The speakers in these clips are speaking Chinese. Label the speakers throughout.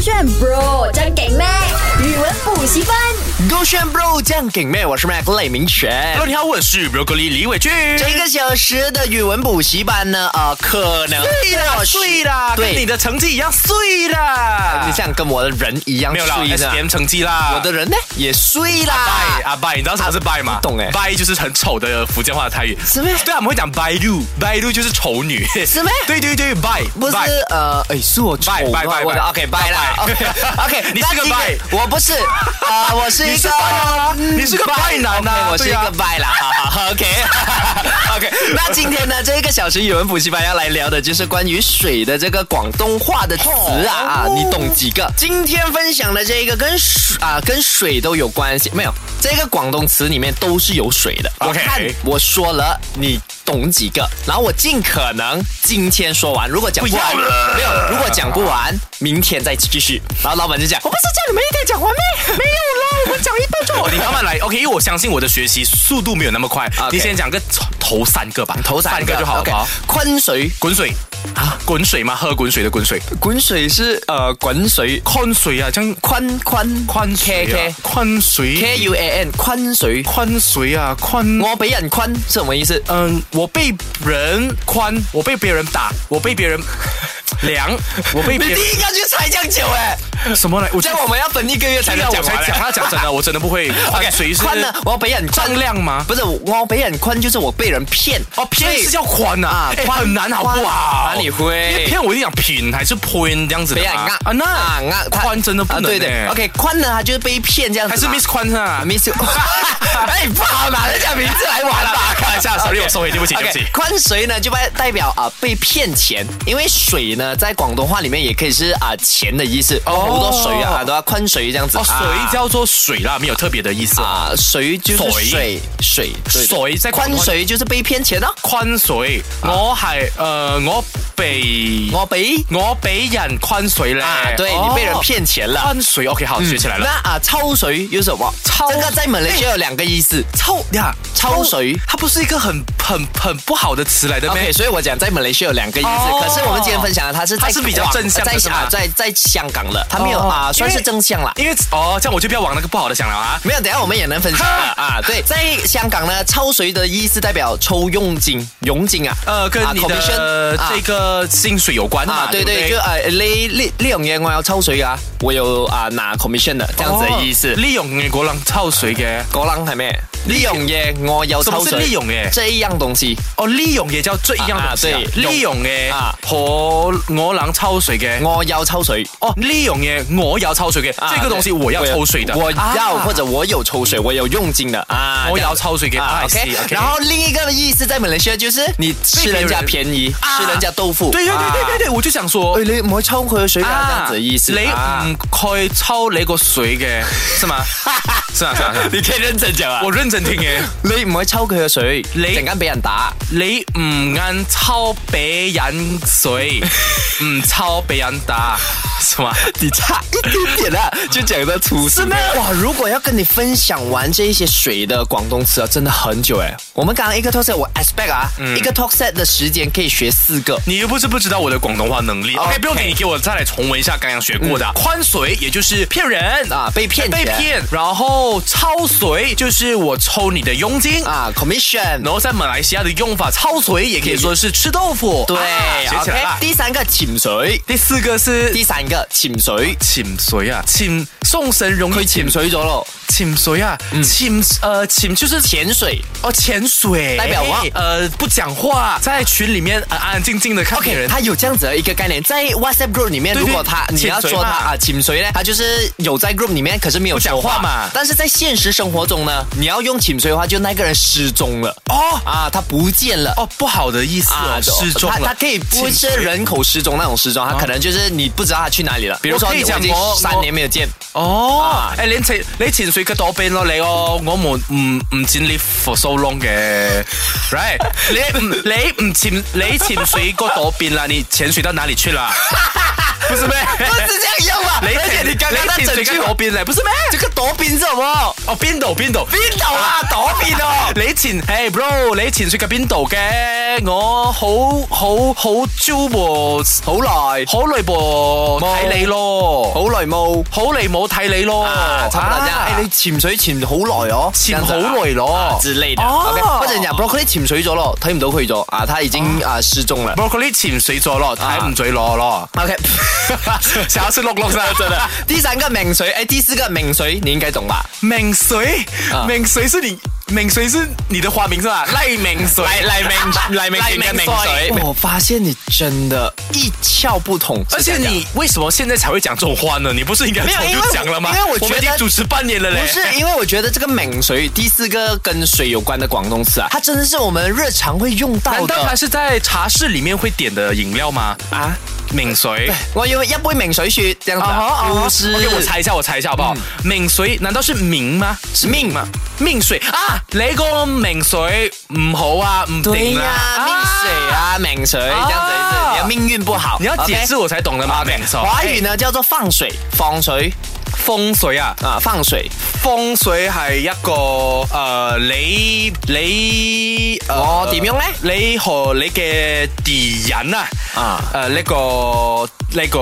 Speaker 1: 炫 Bro 真给力，语文补习班。
Speaker 2: 勾选 bro 酱给妹，我是 Mac 赖明全。
Speaker 3: 哎 Hello，你好，我是 Broccoli 李伟俊。
Speaker 2: 这个小时的语文补习班呢，呃，可能
Speaker 3: 碎啦
Speaker 2: 或许
Speaker 3: 碎啦，
Speaker 2: 对
Speaker 3: 跟你的成绩一样碎啦。
Speaker 2: 你像跟我的人一样
Speaker 3: 没有啦
Speaker 2: 碎
Speaker 3: ，S
Speaker 2: 呢
Speaker 3: P M 成绩啦。
Speaker 2: 我的人呢也碎啦
Speaker 3: 拜。啊拜，你知道什么是拜吗？
Speaker 2: 不懂欸
Speaker 3: 拜就是很丑的福建话的台语。
Speaker 2: 是咩
Speaker 3: 对啊，我们会讲拜露，拜露就是丑女。
Speaker 2: 是咩
Speaker 3: 对对对，拜
Speaker 2: 不是
Speaker 3: 拜
Speaker 2: 呃，哎，是我丑吗
Speaker 3: 拜拜拜
Speaker 2: 我的
Speaker 3: 拜
Speaker 2: OK 拜啦
Speaker 3: 拜
Speaker 2: ，OK OK，
Speaker 3: 你是个拜
Speaker 2: 我不是，啊，我是一
Speaker 3: 你是
Speaker 2: 个嗯
Speaker 3: 拜啊你是个拜男啊
Speaker 2: OK，我是一
Speaker 3: 对
Speaker 2: 个
Speaker 3: 啊
Speaker 2: 拜啦，哈哈哈，OK OK，那 今天呢这一个小时语文补习班要来聊的就是关于水的这个广东话的词啊
Speaker 3: 哦
Speaker 2: 啊，你懂几个？今天分享的这一个跟水啊跟水都有关系，没有这个广东词里面都是有水的。我
Speaker 3: OK
Speaker 2: 看我说了，你懂几个？然后我尽可能今天说完，如果讲不完，
Speaker 3: 不要了
Speaker 2: 没有，如果讲不完，明天再继续。然后老板就讲，我不是叫你们一天讲完咩？ 没有啦，我们讲一半就好
Speaker 3: 哦，你慢慢来，OK，因为我相信我的学习速度没有那么快。
Speaker 2: OK
Speaker 3: 你先讲个头头三个吧，
Speaker 2: 头三
Speaker 3: 就好，好
Speaker 2: OK
Speaker 3: 不好？
Speaker 2: 昆水，
Speaker 3: 滚水啊，滚水吗？喝滚水的滚水，
Speaker 2: 滚水是呃滚水，
Speaker 3: 宽水啊，这样
Speaker 2: 宽宽
Speaker 3: 宽水
Speaker 2: K
Speaker 3: 啊
Speaker 2: K，
Speaker 3: 宽水，
Speaker 2: K U A N 宽水，
Speaker 3: 宽水啊，宽。
Speaker 2: 我被人宽是什么意思？
Speaker 3: 嗯，我被人宽，我被别人打，我被别人 凉，我被
Speaker 2: 你
Speaker 3: 别人
Speaker 2: 第一个就猜酱酒哎，
Speaker 3: 什么来？我
Speaker 2: 这样我们要等一个月才
Speaker 3: 对
Speaker 2: 能
Speaker 3: 啊
Speaker 2: 讲
Speaker 3: 我才
Speaker 2: 完
Speaker 3: 讲，
Speaker 2: 欸。
Speaker 3: 他讲真的，我真的不 会。宽水是
Speaker 2: 宽呢？我被人宽
Speaker 3: 丈量吗？
Speaker 2: 不是我被人宽，就是我被人骗。
Speaker 3: 哦，偏是叫宽
Speaker 2: 啊
Speaker 3: 啊，哎
Speaker 2: 宽
Speaker 3: 很难好不好？
Speaker 2: 宽哪里会
Speaker 3: 因为偏我一定讲品还是 point 这样子的
Speaker 2: 被人
Speaker 3: 嘛
Speaker 2: 啊
Speaker 3: 啊那
Speaker 2: 啊啊他
Speaker 3: 宽真的不
Speaker 2: 啊
Speaker 3: 能
Speaker 2: 对对
Speaker 3: 欸
Speaker 2: ，OK 宽呢，他就是被骗这样子
Speaker 3: 还
Speaker 2: 嘛。
Speaker 3: 是 miss 宽啊
Speaker 2: 啊。，miss you，哎，不好拿人家名字来玩吧，
Speaker 3: 开玩啊笑，sorry，我收回对不起对不起
Speaker 2: 宽水呢，就代代表啊、被骗钱，因为水呢在广东话里面也可以是啊、钱的意思，哦，好多水啊，对吧？宽水这样子，
Speaker 3: 哦，
Speaker 2: 啊
Speaker 3: 水叫做水啦，没有特别的意思啊。
Speaker 2: 啊、水就是
Speaker 3: 水
Speaker 2: 水水对对
Speaker 3: 水在广
Speaker 2: 宽
Speaker 3: 东话
Speaker 2: 水就是被骗钱哦，
Speaker 3: 宽水，啊我系呃，我被
Speaker 2: 我被
Speaker 3: 我俾人宽水咧。
Speaker 2: 啊，对、
Speaker 3: 哦
Speaker 2: 你被人骗钱了。
Speaker 3: 宽水，OK，好，学起来
Speaker 2: 那
Speaker 3: 了。
Speaker 2: 啊，超水有什么？
Speaker 3: 超
Speaker 2: 这个在马来西亚有两个意思。
Speaker 3: 抽呀，
Speaker 2: 抽水
Speaker 3: 它不是一个很很很不好的词来的
Speaker 2: OK，
Speaker 3: 咩？
Speaker 2: 所以我讲在马来西亚有两个意思，
Speaker 3: 哦
Speaker 2: 可是我们今天分享的它是在
Speaker 3: 它是比较
Speaker 2: 广
Speaker 3: 正向的
Speaker 2: 在
Speaker 3: 是吗
Speaker 2: 啊在在香港了，它没有
Speaker 3: 哦
Speaker 2: 啊，算是
Speaker 3: 因为
Speaker 2: 正向啦。
Speaker 3: 因为哦，这样我就不要往那个不好的想了啊。
Speaker 2: 没有，等一下我们也能分享了
Speaker 3: 哈
Speaker 2: 啊。对，在香港呢，抽水的意思代表抽佣金、佣金啊，
Speaker 3: 呃，跟
Speaker 2: 啊
Speaker 3: 你的
Speaker 2: commission，啊
Speaker 3: 这个薪水有关
Speaker 2: 啊
Speaker 3: 嘛，，
Speaker 2: 对
Speaker 3: 不
Speaker 2: 对，就呃，呢呢呢样嘢我有抽水啊，我有啊拿 commission 的这样子的意思
Speaker 3: 哦。利用外国人抽水嘅，
Speaker 2: 嗰啷系咩？呢样嘢我有抽
Speaker 3: 什么
Speaker 2: 水，
Speaker 3: 是利用嘅
Speaker 2: 这一样东西，
Speaker 3: 哦，利用也叫最一样
Speaker 2: 啊
Speaker 3: 的东西啊
Speaker 2: 啊对
Speaker 3: 利用嘅
Speaker 2: 啊
Speaker 3: 和我人抽水嘅，
Speaker 2: 我有抽水。
Speaker 3: 哦，利用耶，我要抽水嘅，
Speaker 2: 啊
Speaker 3: 这个东西我要抽水的，
Speaker 2: 我要
Speaker 3: 啊
Speaker 2: 或者我有抽水，我有佣金的啊，
Speaker 3: 我
Speaker 2: 这样
Speaker 3: 要
Speaker 2: 子
Speaker 3: 抽水给
Speaker 2: 啊
Speaker 3: 啊
Speaker 2: OK，
Speaker 3: ，OK，
Speaker 2: 然后另一个的意思在马来西亚就是你吃人家便宜，
Speaker 3: 啊
Speaker 2: 吃人家豆腐，
Speaker 3: 对对对对对
Speaker 2: 对
Speaker 3: 对，我就想说。，
Speaker 2: 哎你唔好抽佢嘅水啊，这样子的意思
Speaker 3: 你
Speaker 2: 啊
Speaker 3: 唔该抽你个水嘅，是 吗？是啊是啊，是啊
Speaker 2: 你可以认真讲啊
Speaker 3: 啊我认真听嘅，
Speaker 2: 你唔可以抽佢嘅水，
Speaker 3: 你
Speaker 2: 陣間俾人打。
Speaker 3: 你唔啱抽俾人 水，唔抽俾人打，是吗？
Speaker 2: 你差一点点 啊，就讲到粗俗。
Speaker 3: 是咩
Speaker 2: 哇，如果要跟你分享完这一些水的广东词啊，真的很久哎。我们刚刚一个 talk set，我 expect 啊，
Speaker 3: 嗯
Speaker 2: 一个 talk set 的时间可以学四个。
Speaker 3: 你又不是不知道我的广东话能力。
Speaker 2: OK
Speaker 3: OK，不用给你给我再来重温一下刚刚学过的啊宽水，也就是骗人
Speaker 2: 啊被骗钱
Speaker 3: 被骗，然后超水就是我抽你的佣金。
Speaker 2: 啊，commission
Speaker 3: 然后在马来西亚的用法，超水也可以说是吃豆腐。
Speaker 2: 对
Speaker 3: 啊学起来
Speaker 2: OK，
Speaker 3: 啦。
Speaker 2: 第三个潜水，
Speaker 3: 第四个是
Speaker 2: 第三个潜水，
Speaker 3: 潜水啊，潜送神容易
Speaker 2: 佢潜水咗咯，
Speaker 3: 潜水啊，潜呃潜就是
Speaker 2: 嗯潜水。
Speaker 3: 哦潜水，
Speaker 2: 代表啊我
Speaker 3: 呃不讲话，在群里面呃安安静静的看别
Speaker 2: OK，
Speaker 3: 人。
Speaker 2: 它有这样子的一个概念，在 WhatsApp group 里面，
Speaker 3: 对
Speaker 2: 如
Speaker 3: 对
Speaker 2: 果他你要
Speaker 3: 潜水
Speaker 2: 说他
Speaker 3: 嘛
Speaker 2: 啊潜水呢，他就是有在 group 里面，可是没有
Speaker 3: 不讲
Speaker 2: 说话
Speaker 3: 话嘛
Speaker 2: 但是在现实生活中呢，你要用潜水的话，就那个人失踪了
Speaker 3: 哦
Speaker 2: 啊，他不见了。
Speaker 3: 哦，不好的意思哦，
Speaker 2: 就
Speaker 3: 失踪
Speaker 2: 他
Speaker 3: 了。啊
Speaker 2: 他可以不是人口失踪那种失踪，他可能就是你不知道他去哪里了。比如说，
Speaker 3: 我可以讲
Speaker 2: 已经
Speaker 3: 我
Speaker 2: 三年没有见，
Speaker 3: 哦
Speaker 2: 啊，
Speaker 3: 诶，你潛你潛水嘅躲避咯，你哦，我冇唔唔見你 for so long 嘅，right？你 唔你唔潛你潛水個躲避啦，你潛水到哪裡 去啦？ 不是咩？
Speaker 2: 不是这样用吧？
Speaker 3: 啊你
Speaker 2: 而且 你刚刚那
Speaker 3: 你潛
Speaker 2: 整
Speaker 3: 水
Speaker 2: 句
Speaker 3: 嘅躲避咧，不是咩？
Speaker 2: 这个躲避是什么？
Speaker 3: 哦，邊度邊度？
Speaker 2: 邊度啊？躲避哦！
Speaker 3: 你潛誒 bro，你潛水嘅邊度嘅？我好好好朝喎，
Speaker 2: 好耐
Speaker 3: 好耐噃睇你咯。
Speaker 2: 好耐冇
Speaker 3: 好嚟冇睇你咯，
Speaker 2: 啊，差唔多啫。
Speaker 3: 啊
Speaker 2: 哎你潛水潛好耐哦，
Speaker 3: 潛好
Speaker 2: 這樣子啊
Speaker 3: 耐咯
Speaker 2: 之類的。
Speaker 3: 哦
Speaker 2: OK，嗰陣入 Broccoli 潛水咗咯，睇唔到佢咗啊，他已經
Speaker 3: 哦
Speaker 2: 啊失蹤啦。
Speaker 3: Broccoli 潛水咗咯，睇唔嘴攞咯，
Speaker 2: OK，
Speaker 3: 小是碌碌聲真的。
Speaker 2: 第三個命水，哎，第四個命水，你應該懂吧？
Speaker 3: 敏水
Speaker 2: 啊，
Speaker 3: 敏水是你，敏水是你的花名是吧？赖敏水，赖赖敏，赖敏
Speaker 2: 水跟敏水，我发现你真的，一窍不通。
Speaker 3: 而且你为什么现在才会讲这种话呢？你不是应该
Speaker 2: 没有
Speaker 3: 早
Speaker 2: 因为
Speaker 3: 就讲了吗？
Speaker 2: 因为我觉得
Speaker 3: 们已经主持半年了嘞。
Speaker 2: 不 是，因为我觉得这个猛水第四个跟水有关的广东词啊，它真的是我们日常会用到
Speaker 3: 难道它
Speaker 2: 的。
Speaker 3: 是在茶室里面会点的饮料吗？
Speaker 2: 啊，
Speaker 3: 敏水。
Speaker 2: 我有一杯猛水雪这样子
Speaker 3: 啊嗯
Speaker 2: 啊，
Speaker 3: 哈
Speaker 2: 不是
Speaker 3: OK，我猜一下，我猜一下好不好？命水難道是命嗎？是
Speaker 2: 命
Speaker 3: 嘛？命水啊！你個命水唔好啊，唔
Speaker 2: 对
Speaker 3: 定
Speaker 2: 呀、
Speaker 3: 啦。
Speaker 2: 命水啊，命水这样子意思，
Speaker 3: 啊
Speaker 2: 你的命运不好，
Speaker 3: 你要解释
Speaker 2: OK？
Speaker 3: 我才懂的嘛，命水。
Speaker 2: 华语呢叫做放水，放水
Speaker 3: 風水啊，
Speaker 2: 啊，放水。
Speaker 3: 風水係一個诶、呃你你诶，
Speaker 2: 我點樣呢
Speaker 3: 你和你嘅敵人啊，
Speaker 2: 啊
Speaker 3: 诶呢、個呢、個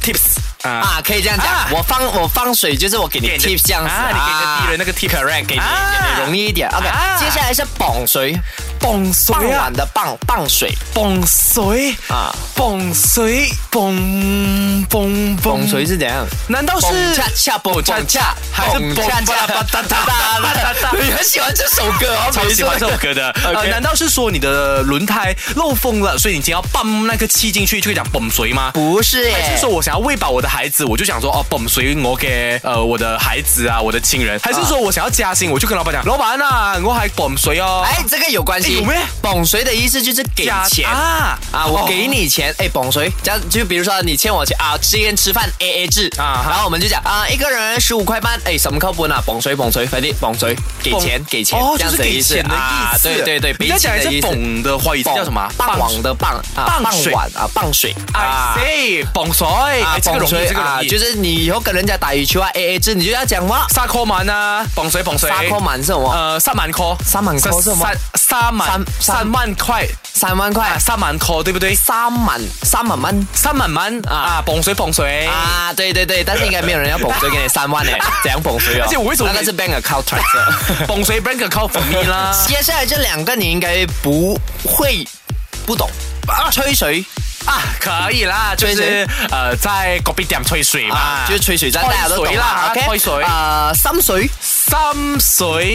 Speaker 3: tips 啊，
Speaker 2: 啊，可以这样讲，
Speaker 3: 啊
Speaker 2: 我放我放水就是我给你
Speaker 3: 给你的
Speaker 2: tips 这样子
Speaker 3: 啊，你给你的敵人那个 tips correct 给
Speaker 2: 给
Speaker 3: 你
Speaker 2: 你容易一点。OK，、
Speaker 3: 啊
Speaker 2: 接下来是磅水，
Speaker 3: 泵
Speaker 2: 傍
Speaker 3: 水啊
Speaker 2: 晚，的傍，傍水
Speaker 3: 泵水
Speaker 2: 啊，
Speaker 3: 泵水泵泵
Speaker 2: 磅水是怎样？
Speaker 3: 难道
Speaker 2: 蹦
Speaker 3: 嗯是
Speaker 2: 恰恰蹦恰恰，
Speaker 3: 还是
Speaker 2: 蹦
Speaker 3: 蹦
Speaker 2: 恰恰
Speaker 3: 恰恰
Speaker 2: 哒哒哒哒哒？你很喜欢这首歌 哦，
Speaker 3: 超喜欢这首歌的。呃，
Speaker 2: OK
Speaker 3: 难道是说你的轮胎漏风了，所以你今天要泵那个气进去，就会讲泵水吗？
Speaker 2: 不是
Speaker 3: 还
Speaker 2: 耶
Speaker 3: 是说，我想要喂饱我的孩子，我就想说哦，泵水我给呃我的孩子啊，我的亲
Speaker 2: 哦
Speaker 3: 人。还是说我想要加薪，我就跟老板讲，老板啊，我还泵水哦，
Speaker 2: 哎，这个有关系。
Speaker 3: 哎有咩
Speaker 2: 蹦水的意思就是给
Speaker 3: 加
Speaker 2: 钱。
Speaker 3: 啊
Speaker 2: 啊，我给你
Speaker 3: 哦
Speaker 2: 钱，哎，蹦水，这样就比如说你欠我钱啊，今天吃饭 A A 制啊
Speaker 3: 啊，
Speaker 2: 然后我们就讲啊，一个人十五块半，哎，什么靠本啊，蹦水蹦水，快点蹦水，给钱给钱，
Speaker 3: 哦，
Speaker 2: 这
Speaker 3: 就
Speaker 2: 样子
Speaker 3: 是
Speaker 2: 的
Speaker 3: 给
Speaker 2: 意思
Speaker 3: 钱的
Speaker 2: 啊
Speaker 3: 意思。
Speaker 2: 对对对，
Speaker 3: 你要讲一
Speaker 2: 的
Speaker 3: 下
Speaker 2: 意思
Speaker 3: 泵的话语叫什么？
Speaker 2: 傍晚的傍啊，
Speaker 3: 傍
Speaker 2: 傍
Speaker 3: 水
Speaker 2: 晚啊，傍水啊
Speaker 3: I say 泵水，
Speaker 2: 啊
Speaker 3: 哎，，这个
Speaker 2: 蹦
Speaker 3: 容易，
Speaker 2: 水
Speaker 3: 这个
Speaker 2: 啊
Speaker 3: 容，易，
Speaker 2: 就是你以后跟人家打羽球啊，A A 制，你就要讲哇，
Speaker 3: 沙科曼啊，泵水泵水，
Speaker 2: 沙扣满是什么？
Speaker 3: 呃，三万块，
Speaker 2: 三萬塊是嗎
Speaker 3: 三三
Speaker 2: 三
Speaker 3: 万
Speaker 2: 三
Speaker 3: 三万块
Speaker 2: 三万
Speaker 3: 啊，
Speaker 2: 块，
Speaker 3: 三万块对不对？
Speaker 2: 三万三万蚊
Speaker 3: 三万蚊啊，蹦水蹦水。
Speaker 2: 啊！对对对，但是应该没有人要蹦水给你三万呢，怎样蹦水哦？
Speaker 3: 而且我为什么
Speaker 2: 那个是 bank account transfer？
Speaker 3: 蹦水 bank account for me 啦，
Speaker 2: 接下来这两个你应该不会不懂啊，吹水
Speaker 3: 啊可以啦，就
Speaker 2: 吹
Speaker 3: 是
Speaker 2: 水
Speaker 3: 呃在隔壁店吹水嘛
Speaker 2: 啊，，就是吹水站，大家都懂
Speaker 3: 吹水
Speaker 2: 啦
Speaker 3: 啦。
Speaker 2: OK，
Speaker 3: 吹水
Speaker 2: 啊，心水
Speaker 3: 心水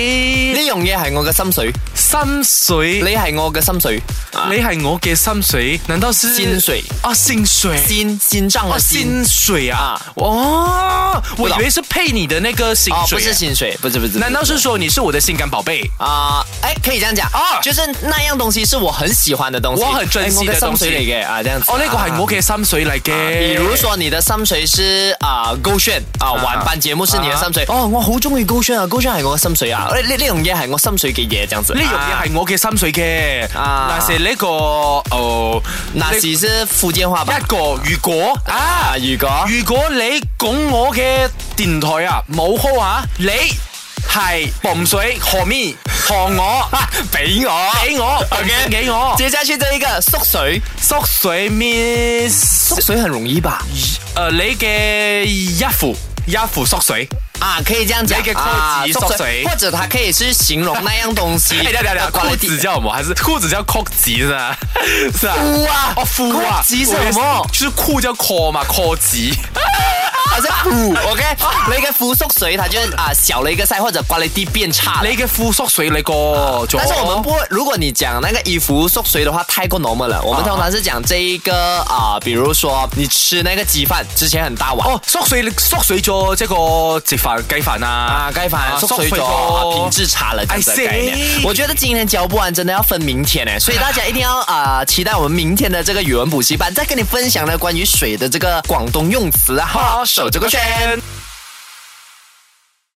Speaker 2: 呢樣嘢係我嘅心水，
Speaker 3: 心水
Speaker 2: 你係我嘅心水，
Speaker 3: 你系我嘅心水，難道是
Speaker 2: 薪水
Speaker 3: 啊？薪水
Speaker 2: 先先账
Speaker 3: 哦，
Speaker 2: 嘅先。
Speaker 3: 薪水啊
Speaker 2: 啊！
Speaker 3: 哦，我以
Speaker 2: 懂
Speaker 3: 为是配你的那个薪
Speaker 2: 哦，
Speaker 3: 水，啊
Speaker 2: 不是薪水，不是不是，
Speaker 3: 难道是说你是我的心肝宝贝？
Speaker 2: 啊？哎，可以这样讲
Speaker 3: 啊
Speaker 2: 就是那样東西是我很喜歡的東西，
Speaker 3: 我很珍惜的
Speaker 2: 哎我嘅心水
Speaker 3: 東西
Speaker 2: 嚟嘅啊，這樣子。
Speaker 3: 哦，呢個係我
Speaker 2: 啊。
Speaker 3: 嘅心水嚟嘅。
Speaker 2: 比如說你的心水是啊勾選啊晚班節目是你的心水，哦，我好中意勾選啊，勾選係我嘅心水啊，呢呢呢樣嘢係我心水嘅嘢，這樣子。啊
Speaker 3: 呢樣嘢
Speaker 2: 係，
Speaker 3: 係我嘅心水嘅，
Speaker 2: 啊
Speaker 3: 但是呢個哦，
Speaker 2: 那是是福建話吧？
Speaker 3: 一個如果啊
Speaker 2: 啊，，如果
Speaker 3: 如果你講我嘅電台啊冇開啊，你係泵水何咪何我
Speaker 2: 俾我
Speaker 3: 俾我泵水俾我。
Speaker 2: 接下去這一個縮水，
Speaker 3: 縮水 miss，
Speaker 2: 縮水很容易吧？
Speaker 3: 誒你嘅一副一副縮水，
Speaker 2: 啊，可以這樣講
Speaker 3: 那個褲子
Speaker 2: 啊
Speaker 3: 縮水。
Speaker 2: 或者它可以是形容那樣東西 啊
Speaker 3: 哎，等等等，
Speaker 2: 關
Speaker 3: 褲
Speaker 2: 了
Speaker 3: 子叫什麼？還是褲子叫 cock 子是吧？是啊，褲
Speaker 2: 啊
Speaker 3: 哦褲啊，
Speaker 2: 褲子是什麼
Speaker 3: 我以為是就是褲叫 call 嘛，call 子。
Speaker 2: 好像腐 ，OK，你嘅腐縮水，它就是啊小了一個塞，或者 quality 变差了
Speaker 3: 你。嘅褲縮水你個咗，
Speaker 2: 但是我们不会，如果你讲那个衣服缩水的话，太过 normal 了。我们通常是讲这一个啊、比如说你吃那个鸡饭之前很大碗。
Speaker 3: 哦縮水縮水咗即係個直飯雞飯啊
Speaker 2: 啊，，该反缩水咗，啊品質差了，这样子的
Speaker 3: I see
Speaker 2: 概念。我觉得今天教不完，真的要分明天呢，所以大家一定要啊、期待我们明天的这个语文补习班，再跟你分享呢关于水的这个广东用词啊，哈，手这个圈。